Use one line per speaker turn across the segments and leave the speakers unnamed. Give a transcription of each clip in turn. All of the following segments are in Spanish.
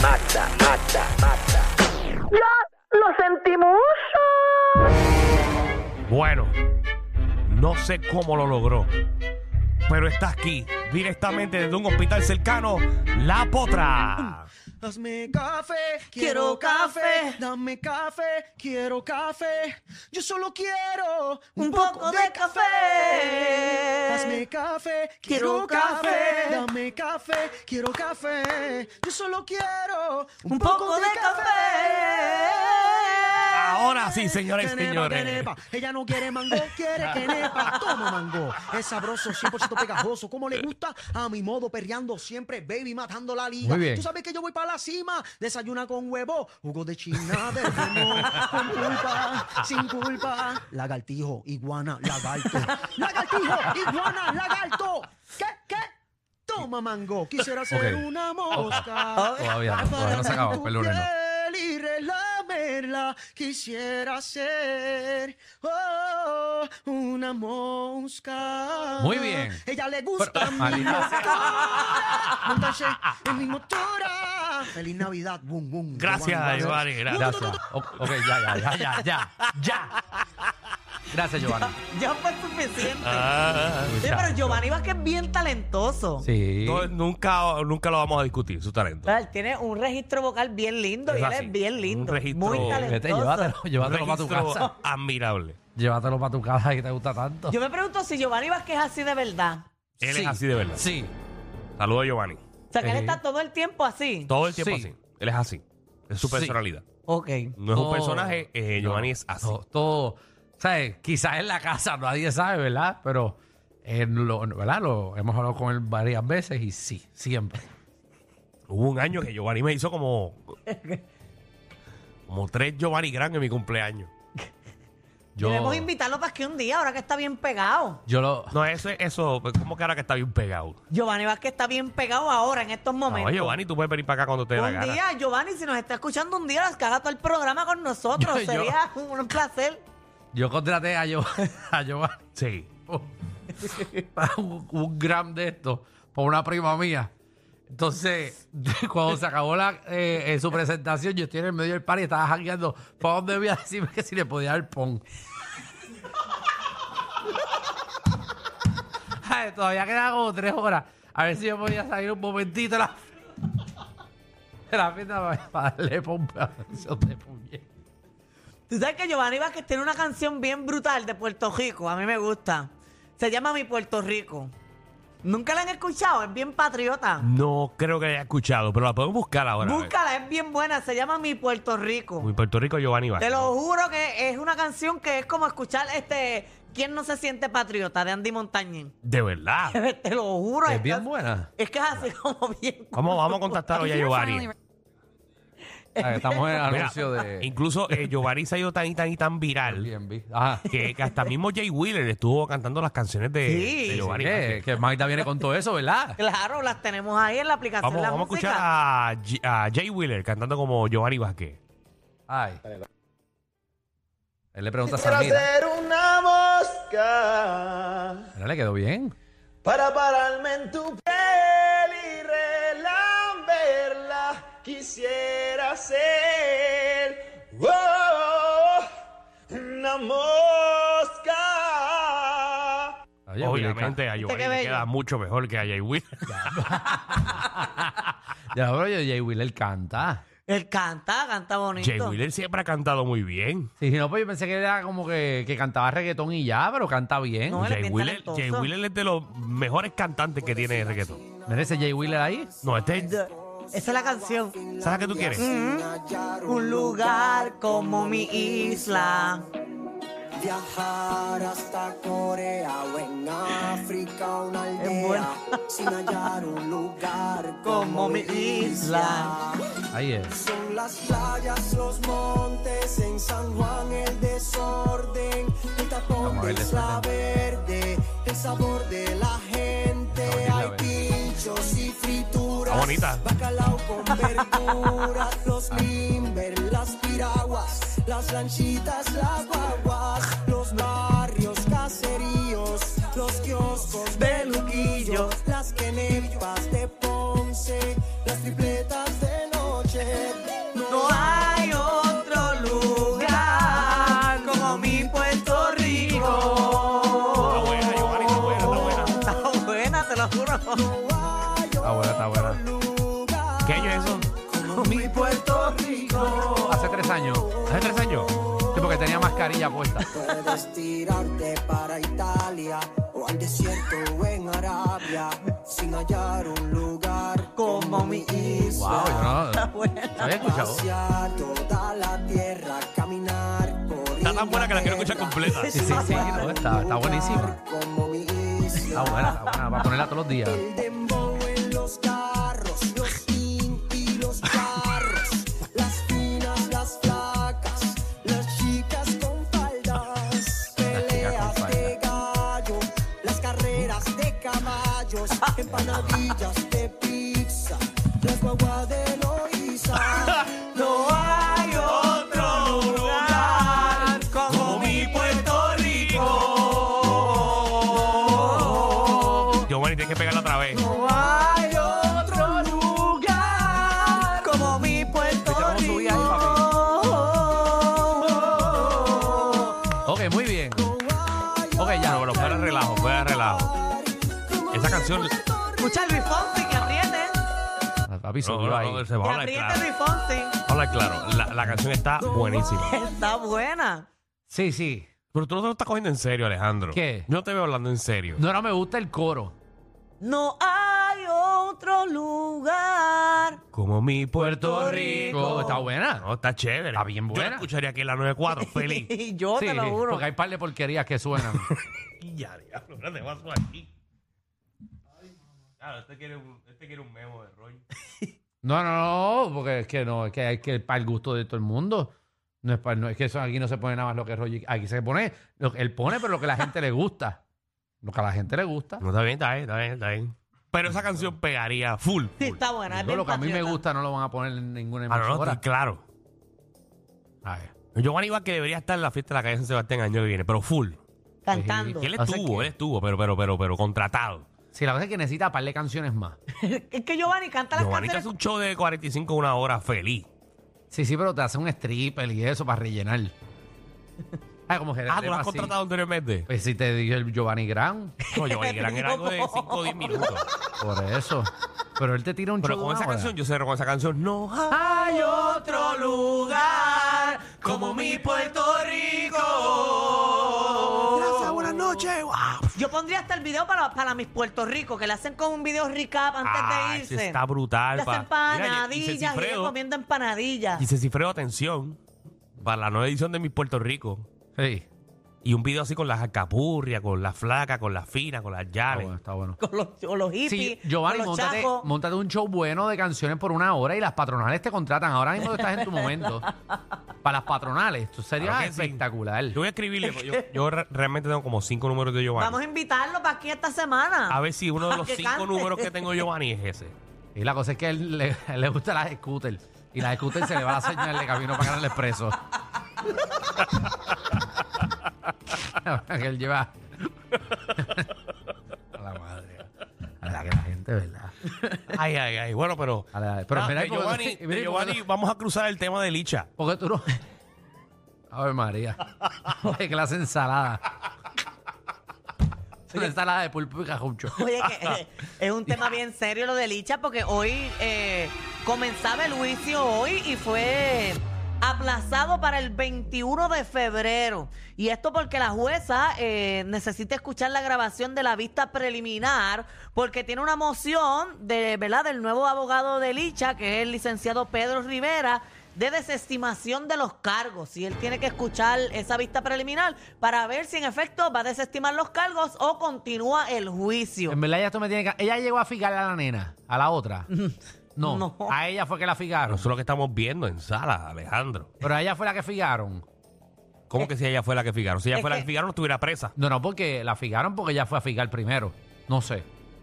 mata, mata, mata.
¡Ya lo sentimos!
Bueno, no sé cómo lo logró, pero está aquí, directamente desde un hospital cercano, La Potra.
Hazme café, quiero café, dame café, quiero café, yo solo quiero un poco de café. Hazme café, quiero café, dame café, quiero café, yo solo quiero un poco de café.
Ahora sí, señoras y
Kenepa,
señores.
kenepa. Ella no quiere mango, quiere quenepa. Toma mango. Es sabroso, 100% pegajoso. Como le gusta a mi modo, perreando siempre, baby, matando la liga.
Muy bien.
Tú sabes que yo voy para la cima. Desayuna con huevo, jugo de china, de limón, con culpa, sin culpa. Lagartijo, iguana, lagarto. Lagartijo, iguana, lagarto. ¿Qué? ¿Qué? Toma mango, quisiera ser
Ok.
una mosca.
Todavía no, todavía no se acaba, fue el lunes, no.
Piel y relamerla quisiera ser oh, una mosca.
Muy bien.
Ella le gusta
Pero-
mi
Maldita
motora, montarse en mi motora. Feliz Navidad, boom, boom.
Gracias, Giovanni, gracias.
Gracias. O- ok, ya, ya, ya, ya, ya, ya. Gracias, Giovanni.
Ya fue suficiente.
Ah,
Oye, pero Giovanni Vázquez es bien talentoso.
Sí.
no, nunca, nunca lo vamos a discutir, su talento.
Ah, Él tiene un registro vocal bien lindo
Es
y él
así,
es bien
un
lindo.
registro-
muy
Vete,
talentoso.
llévatelo, llévatelo para tu
Registro
casa.
Admirable.
Llévatelo para tu casa que te gusta tanto.
Yo me pregunto si Giovanni Vázquez es así de verdad.
Él
Sí.
es así de verdad.
Sí.
Saludos, Giovanni.
O sea, que él
Sí.
está todo el tiempo así.
Todo el tiempo
Sí.
así. Él es así. Es su
Sí.
personalidad.
Ok.
No es un
No.
personaje, eh, Giovanni
No,
es así.
no, todo, ¿sabes? Quizás en la casa nadie sabe, ¿verdad? Pero, eh, lo- ¿verdad? Lo, hemos hablado con él varias veces y sí, siempre.
Hubo un año que Giovanni me hizo como. como tres Giovanni Gran en mi cumpleaños.
Yo,
Debemos invitarlo para que un día, ahora que está bien pegado.
yo lo...
No, eso es eso. pues, ¿Cómo que ahora que está bien pegado?
Giovanni Vázquez está bien pegado ahora, en estos
No,
momentos.
Giovanni, tú puedes venir para acá cuando te dé la
un
gana.
día, Giovanni, si nos está escuchando un día, las caga todo el programa con nosotros.
Yo- yo-
Sería un, un placer.
Yo contraté a, Gio- a Giovanni
Sí.
para un, un gram de esto por una prima mía. Entonces, cuando se acabó la, eh, eh, su presentación, yo estoy en el medio del par y estaba jangueando. ¿Para dónde voy a decirme que si le podía dar pon? Ay, Todavía quedan como tres horas. A ver si yo podía salir un momentito de la, de la fiesta para, para darle pon. para ver si yo te puñe.
Tú sabes que Giovanni Vázquez tiene una canción bien brutal de Puerto Rico. A mí me gusta. Se llama Mi Puerto Rico. Nunca la han escuchado, es bien patriota.
No creo que haya escuchado, pero la podemos buscar ahora.
Búscala, es bien buena. Se llama Mi Puerto Rico.
Muy Puerto Rico, Giovanni Vázquez.
Te lo juro que es una canción que es como escuchar este ¿Quién no se siente patriota? de Andy Montañez.
De verdad.
Te lo juro.
Es
está-
bien buena.
Es que es así como bien.
Vamos, vamos a contactar hoy a Giovanni.
Ah, Estamos en el
Mira,
anuncio de
Incluso eh, Giovanni se ha ido tan y tan y tan viral
Airbnb. Ajá.
que, que hasta mismo Jay Wheeler estuvo cantando las canciones de,
Sí.
de
Sí,
Giovanni.
que,
Vázquez.
que Magda viene con todo eso, ¿verdad?
Claro, las tenemos ahí en la aplicación.
Vamos,
la
vamos a
música.
escuchar a, G- a Jay Wheeler cantando como Giovanni Vázquez.
Ay. Él le pregunta a
Quisiera
Samira.
ser una mosca
Mira, le quedó bien.
para pararme en tu piel y relamberla. Quisiera ser oh, una mosca.
Oye, Willy,
Obviamente a Giovanni
qué
le
bello.
queda mucho mejor que a Jay Wheeler.
Ya, pero yo, Jay Wheeler canta.
Él canta, canta bonito.
Jay Wheeler siempre ha cantado muy bien.
Sí, si no, pues yo pensé que era como que, que cantaba reggaetón y ya, pero canta bien.
No, él es
Jay
bien
Wheeler,
talentoso.
Jay Wheeler es de los mejores cantantes que tiene el reggaetón.
¿Merece Jay Wheeler ahí?
No, este es...
Esa es la canción.
¿Sabes la que tú quieres?
Un lugar como mi isla.
Eh,
Viajar hasta Corea o en África una
Es bueno.
aldea sin hallar un lugar
Como mi isla.
Ahí es.
Son las playas, los montes, en San Juan el desorden, el
Vamos
tapón
a
de
ver el
isla verde, el sabor de la gente, hay
Vamos a ver.
pinchos y
Está
frituras,
bonita.
bacalao con verduras, los limber, las piraguas, las lanchitas, las guaguas, los barrios, caseríos, los kioscos de Luquillo, las quenepas de Ponce, las tripletas de noche.
¿Qué año es eso?
mi Puerto Rico.
Hace tres años.
¿Hace tres años?
Sí, porque tenía mascarilla puesta.
Puedes tirarte para Italia o al desierto o en Arabia sin hallar un lugar como mi
Wow, yo
isla.
no, no había escuchado.
Pasear toda la tierra, caminar por
Está tan buena que la quiero escuchar completa.
Sí, sí, sí, no, está, está buenísima.
Como mi isla.
Está buena, está buena. Va a ponerla todos los días.
El dembow en los carros, los in y los carros, las finas, las flacas, las chicas con faldas, peleas de gallo, las carreras de caballos, empanadillas de pizza, las guaguas de Loiza. No hay otro lugar como mi Puerto Rico.
Giovanni, tienes que pegarla otra vez.
No hay otro lugar como mi Puerto
Viste cómo subí ahí,
Rico.
Ok, muy bien. Ok,
No,
ya.
pero fuera de relajo, fuera de relajo. Esa canción.
Escucha el Bifonsi, que apriete.
Papi,
No, no,
subió ahí.
no, se va
Que
a hablar
apriete el
claro.
Bifonsi.
Vamos a hablar claro. La, la canción está buenísima.
Está buena.
Sí, sí.
Pero tú no te lo estás cogiendo en serio, Alejandro.
¿Qué?
Yo no te veo hablando en serio.
No, no me gusta el coro.
No hay otro lugar.
Como mi
Puerto Rico. Oh, Está buena.
No, está chévere.
Está bien
Yo
buena.
la escucharía aquí en la 94, feliz.
Y yo te lo juro.
porque hay par de porquerías que suenan.
ya, diablo, espérate, vaso aquí. Claro, este quiere un, este quiere un memo de Roy.
No, no, no, porque es que no, es que hay que para el gusto de todo el mundo. No es, para, no, es que eso aquí no se pone nada más lo que Roger. Aquí se pone, lo que él pone, pero lo que la gente le gusta. Lo que a la gente le gusta.
No, está bien, está bien, está bien, está bien. Pero esa canción pegaría full.
Sí,
full.
está buena. Es
Digo,
bien
lo que a mí me
patriota.
gusta no lo van a poner en ninguna
Ah, no, no,
emisora.
estoy claro.
A ver.
Giovanni Vázquez debería estar en la fiesta de la calle San Sebastián el año que viene, pero full.
Cantando.
Que él
O sea
estuvo,
que-
él estuvo, pero, pero, pero, pero contratado.
Sí, la cosa es que necesita un par de canciones más.
Es que Giovanni canta las
Giovanni te
canciones.
hace un show de 45 una hora feliz.
Sí, sí, pero te hace un stripper y eso para rellenar. Ay, como que
Ah, ¿tú lo
así.
has contratado anteriormente?
Pues sí te dijo el Giovanni Gran,
No, Giovanni Gran era algo de 5 o 10 minutos.
por eso. Pero él te tira un
Pero
show
con
de
esa
una hora.
canción, yo cerro con esa canción. No
Hay otro lugar
como mi Puerto
Rico.
Gracias, buenas noches.
Yo pondría hasta el video para, para mis Puerto Rico, que le hacen como un video recap antes de irse.
Ah, está brutal.
Le
pa.
hacen
Mira, y- y
empanadillas y, ellos
Cecifreo-
comiendo empanadillas.
y se cifreo atención para la nueva edición de Mi Puerto Rico.
Sí.
Y un video así con las acapurrias, con las flacas, con las finas, con las
Está
llaves.
Ah, bueno, está bueno.
Con los, con los hippies,
Sí, Giovanni,
con los
montate,
chacos.
un show bueno de canciones por una hora y las patronales te contratan. Ahora mismo tú estás en tu momento. Para las patronales, esto sería
Claro que sí.
espectacular.
Yo voy a escribirle. porque Yo, yo re- realmente tengo como cinco números de Giovanni.
Vamos a invitarlo para aquí esta semana.
a ver si uno de los
que
cinco
cante.
números que tengo Giovanni es ese.
Y la cosa es que a él le, a él le gusta las scooters. Y las scooters se le va la señal de camino para ganar el expreso. que él lleva. a la madre. A la que la gente, ¿verdad?
Ay, ay, ay. Bueno, pero.
A la- pero
Ah,
mira,
de
porque-
Giovanni,
mira,
de
porque-
Giovanni, vamos a cruzar el tema de Licha.
Porque tú no. A ver, María. Qué clase de ensalada. Es Una ensalada de pulpo y cajucho.
Oye, que, es un tema bien serio lo de Licha, porque hoy eh, comenzaba el juicio hoy y fue aplazado para el 21 de febrero. Y esto porque la jueza eh, necesita escuchar la grabación de la vista preliminar, porque tiene una moción de, ¿verdad? del nuevo abogado de Licha, que es el licenciado Pedro Rivera, de desestimación de los cargos. Y él tiene que escuchar esa vista preliminar para ver si en efecto va a desestimar los cargos o continúa el juicio.
En verdad, ella, esto me tiene que- ella llegó a figar a la nena, a la otra. No,
No.
a ella fue que la
Claro,
figaron.
eso es lo que estamos viendo en sala, Alejandro.
Pero a ella fue la que figaron.
¿Cómo que si ella fue la que figaron? Si ella
Eh, Es
fue la
que-
que figaron, estuviera presa.
No, no, porque la figaron porque ella fue a figar primero. No sé.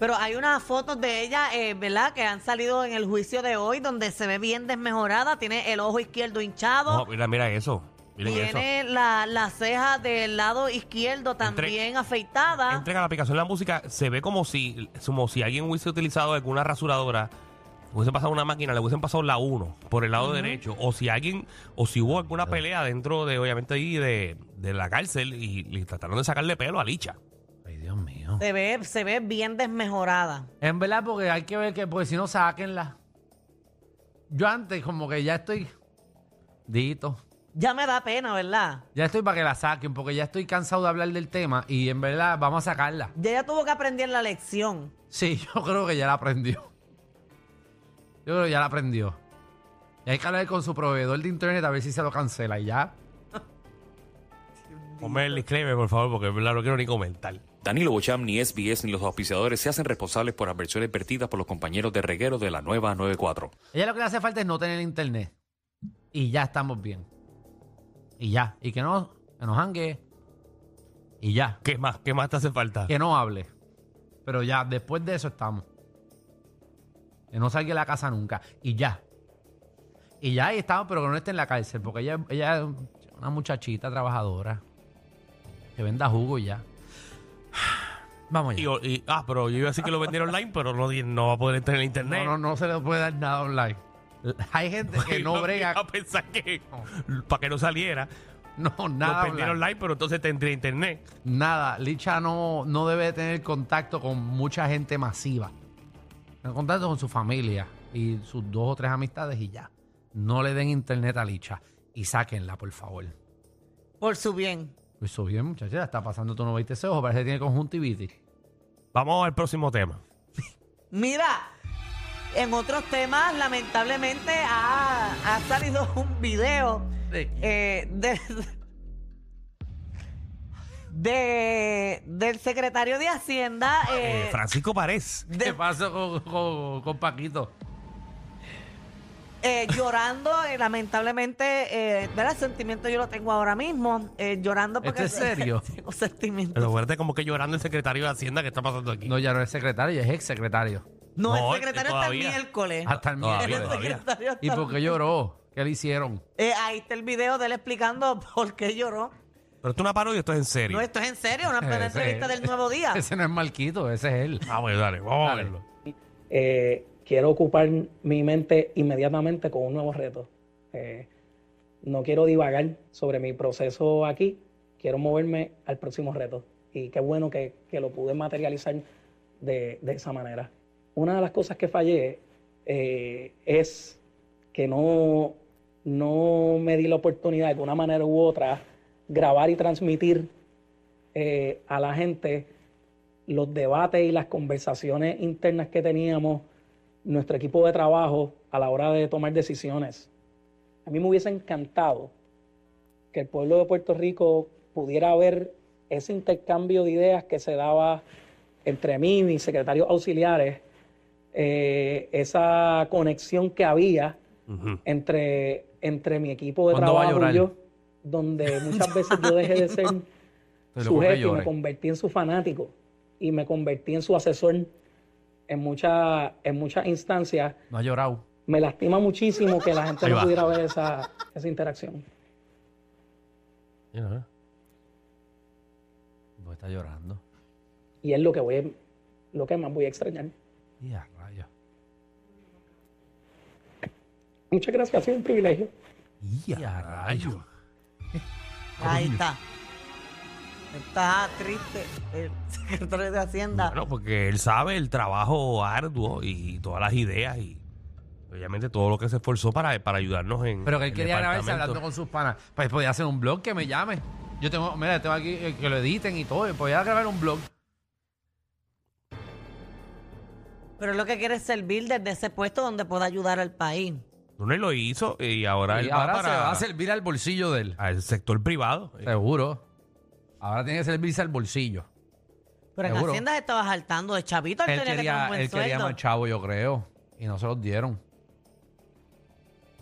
Pero hay unas fotos de ella, eh, ¿verdad? Que han salido en el juicio de hoy, donde se ve bien desmejorada, tiene el ojo izquierdo
No,
hinchado,
mira, mira eso. Miren eso.
tiene la, la ceja del lado izquierdo también afeitada.
Entrega la aplicación de la música, se ve como si, como si alguien hubiese utilizado alguna rasuradora, hubiese pasado una máquina, le hubiesen pasado la 1 por el lado derecho. O si alguien, o si hubo alguna pelea dentro de, obviamente, ahí de, de la cárcel y, y trataron de sacarle pelo a Licha.
Ay, Dios mío.
Se ve, se ve bien desmejorada.
En verdad, porque hay que ver que, porque si no, sáquenla. yo antes como que ya estoy... Dito.
Ya me da pena, ¿verdad?
Ya estoy para que la saquen, porque ya estoy cansado de hablar del tema y en verdad vamos a sacarla.
Ya ella tuvo que aprender la lección.
Sí, yo creo que ya la aprendió. Yo creo que ya la aprendió. Y hay que hablar con su proveedor de internet a ver si se lo cancela y ya.
Ponme el disclaimer, por favor, porque en verdad no quiero ni comentar.
Danilo Bocham, ni SBS, ni los auspiciadores se hacen responsables por adversiones vertidas por los compañeros de reguero de la nueva 94.
Ella lo que le hace falta es no tener internet. Y ya estamos bien. Y ya. Y que no, que nos hangue. Y ya.
¿Qué más? ¿Qué más te hace falta?
Que no hable. Pero ya, después de eso estamos. Que no salga de la casa nunca. Y ya. Y ya ahí estamos, pero que no esté en la cárcel. Porque ella, ella es una muchachita trabajadora. Que venda jugo y ya. Vamos
Y,
ya.
y- ah, pero yo iba a decir que lo vendieron online, pero no, di- no va a poder entrar en internet.
No, no, no se le puede dar nada online. Hay gente que
Yo
no brega.
iba A pensar que para que no saliera,
No,
lo
nada.
vendieron
online.
online, pero entonces tendría internet.
Nada, Licha no, no debe tener contacto con mucha gente masiva. Tiene contacto con su familia y sus dos o tres amistades y ya. No le den internet a Licha y sáquenla, por favor.
Por su bien.
Pues eso bien, muchacha, está pasando, tú no viste ese ojo, parece que tiene conjuntivitis.
Vamos al próximo tema.
Mira, en otros temas, lamentablemente, ha, ha salido un video eh, de- de- del secretario de Hacienda.
Eh,
eh,
Francisco Párez.
Ah, ¿Qué pasó con, con- con Paquito?
eh, llorando, eh, lamentablemente, eh, ¿verdad? Sentimiento yo lo tengo ahora mismo, eh, llorando porque...
¿Esto es serio?
tengo sentimientos.
Pero fuerte como que llorando el secretario de Hacienda que está pasando aquí.
No, ya no es secretario, ya es ex secretario.
No,
No,
el secretario
eh,
está el
todavía.
miércoles.
Hasta el
Todavía,
miércoles.
El
todavía.
secretario
Ah, ¿Y
hasta-
por qué lloró? ¿Qué le hicieron?
Eh, ahí está el video de él explicando por qué lloró.
Pero esto es una parodia, esto es en serio.
No, esto es en serio, una plena
Ese-
entrevista del nuevo día.
Ese no es Marquito, ese es él.
Ah, bueno, dale, vamos a
Dale.
verlo.
eh, quiero ocupar mi mente inmediatamente con un nuevo reto. Eh, no quiero divagar sobre mi proceso aquí, quiero moverme al próximo reto. Y qué bueno que, que lo pude materializar de, de esa manera. Una de las cosas que fallé eh, es que no, no me di la oportunidad de alguna manera u otra grabar y transmitir eh, a la gente los debates y las conversaciones internas que teníamos nuestro equipo de trabajo a la hora de tomar decisiones. A mí me hubiese encantado que el pueblo de Puerto Rico pudiera ver ese intercambio de ideas que se daba entre mí y mis secretarios auxiliares, eh, esa conexión que había
Ujú.
entre, entre mi equipo de
¿Cuándo va a
trabajo
llorar?
y yo, donde muchas veces yo dejé de ser
Te lo
su
juro que
jefe y
llore.
me convertí en su fanático y me convertí en su asesor en muchas en muchas instancias.
No ha llorado.
Me lastima muchísimo que la gente
Ahí
no
va.
pudiera ver esa, esa interacción.
Mira, ¿eh? Pues está llorando.
Y es lo que voy a- lo que más voy a extrañar.
Y a rayos.
Muchas gracias, ha sido un privilegio.
Y a, rayos.
Ahí está. Está triste el secretario de Hacienda.
Bueno, porque él sabe el trabajo arduo y todas las ideas y obviamente todo lo que se esforzó para, para ayudarnos en.
Pero que él
el
quería grabarse
departamento.
hablando con sus panas. Pues podía hacer un blog que me llame. Yo tengo, mira, tengo aquí eh, que lo editen y todo. y Podía grabar un blog.
Pero es lo que quiere es servir desde ese puesto donde pueda ayudar al país.
No, él lo hizo y ahora
Y
él va
ahora
para
se va a servir al bolsillo de él.
al sector privado.
Seguro. Ahora tiene que servirse al bolsillo.
Pero en
Seguro.
Hacienda se estaba saltando de chavito. Él,
Él
tenía que tener un
quería,
buen
él quería
sueldo.
más chavo, yo creo. Y no se los dieron.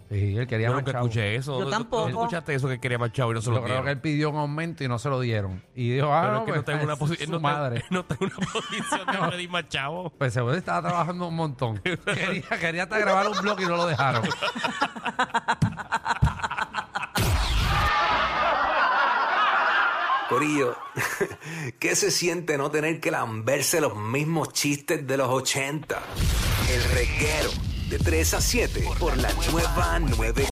Sí, él quería
Yo
más
nunca
chavo.
escuché eso.
Yo
¿Tú- tú-
tampoco.
¿tú escuchaste eso que quería más chavo y no se
Yo
lo
creo
dieron?
que él pidió un aumento y no se lo dieron. Y dijo, ah,
Pero
no,
es que no
pues,
tengo una
es
posición.
su
No,
madre.
tengo- no tengo una posición de pedir más chavo.
Pues seguro estaba trabajando un montón. Quería, quería hasta grabar un blog y no lo dejaron.
Corillo, ¿qué se siente no tener que lamberse los mismos chistes de los 80? El reguero de 3 a 7 por la nueva 9.